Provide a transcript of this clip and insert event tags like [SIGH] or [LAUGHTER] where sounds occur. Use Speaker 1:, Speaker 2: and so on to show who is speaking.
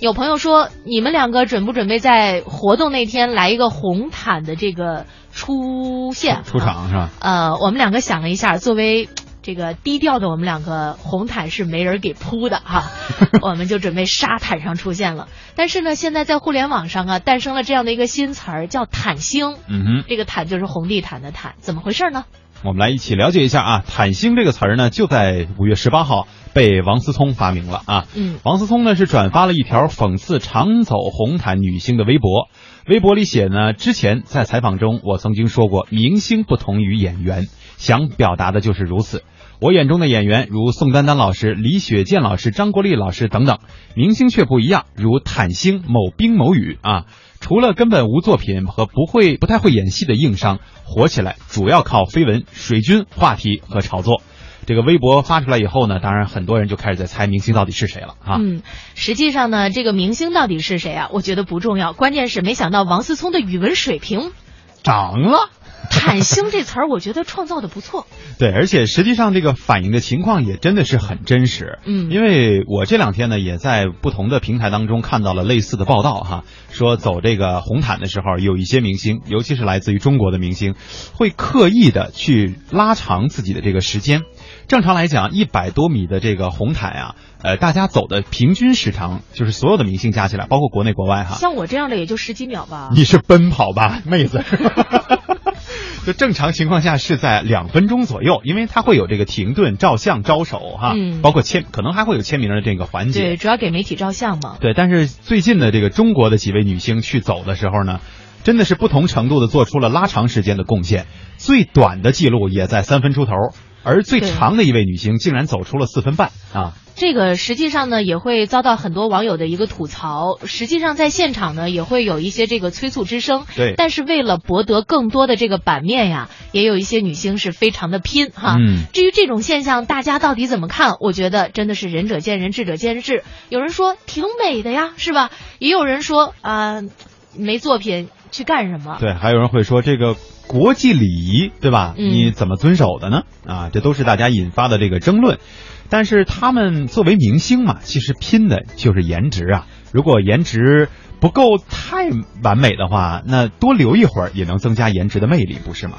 Speaker 1: 有朋友说，你们两个准不准备在活动那天来一个红毯的这个出现？
Speaker 2: 出场是吧？
Speaker 1: 呃，我们两个想了一下，作为这个低调的我们两个，红毯是没人给铺的哈、我们就准备沙毯上出现了。但是呢，现在在互联网上啊，诞生了这样的一个新词儿，叫“毯星”。
Speaker 2: 嗯哼，
Speaker 1: 这个毯就是红地毯的毯，怎么回事呢？
Speaker 2: 我们来一起了解一下啊，“坦星”这个词儿呢，就在五月十八号被王思聪发明了啊。
Speaker 1: 嗯
Speaker 2: 王思聪呢是转发了一条讽刺常走红毯女星的微博，微博里写呢，之前在采访中我曾经说过，明星不同于演员，想表达的就是如此。我眼中的演员如宋丹丹老师、李雪健老师、张国立老师等等，明星却不一样，如坦星、某冰、某雨啊。除了根本无作品和不会、不太会演戏的硬伤，火起来主要靠绯闻、水军、话题和炒作。这个微博发出来以后呢，当然很多人就开始在猜明星到底是谁了啊。
Speaker 1: 嗯，实际上呢，这个明星到底是谁啊？我觉得不重要，关键是没想到王思聪的语文水平，
Speaker 2: 涨了。
Speaker 1: 坦星这词儿，我觉得创造的不错。
Speaker 2: [LAUGHS] 对，而且实际上这个反映的情况也真的是很真实。
Speaker 1: 嗯
Speaker 2: 因为我这两天呢，也在不同的平台当中看到了类似的报道哈，说走这个红毯的时候，有一些明星，尤其是来自于中国的明星，会刻意的去拉长自己的这个时间。正常来讲，一百多米的这个红毯啊，呃，大家走的平均时长，就是所有的明星加起来，包括国内国外哈，
Speaker 1: 像我这样的也就十几秒吧。
Speaker 2: 你是奔跑吧，妹子。 [LAUGHS] 就正常情况下是在两分钟左右，因为它会有这个停顿、照相、招手哈，
Speaker 1: 嗯
Speaker 2: 包括签，可能还会有签名的这个环
Speaker 1: 对，
Speaker 2: 节。
Speaker 1: 主要给媒体照相嘛。
Speaker 2: 对，但是最近的这个中国的几位女星去走的时候呢，真的是不同程度的做出了拉长时间的贡献，最短的记录也在三分出头，而最
Speaker 1: 对
Speaker 2: 长的一位女星竟然走出了四分半啊！
Speaker 1: 这个实际上呢，也会遭到很多网友的一个吐槽。实际上在现场呢，也会有一些这个催促之声。
Speaker 2: 对
Speaker 1: 但是为了博得更多的这个版面呀，也有一些女星是非常的拼哈。
Speaker 2: 嗯
Speaker 1: 至于这种现象，大家到底怎么看？我觉得真的是仁者见仁，智者见智。有人说挺美的呀，是吧？也有人说啊、没作品去干什么？
Speaker 2: 对，还有人会说这个国际礼仪，对吧？
Speaker 1: 嗯
Speaker 2: 你怎么遵守的呢？啊，这都是大家引发的这个争论。但是他们作为明星嘛，其实拼的就是颜值啊。如果颜值不够太完美的话，那多留一会儿也能增加颜值的魅力，不是吗？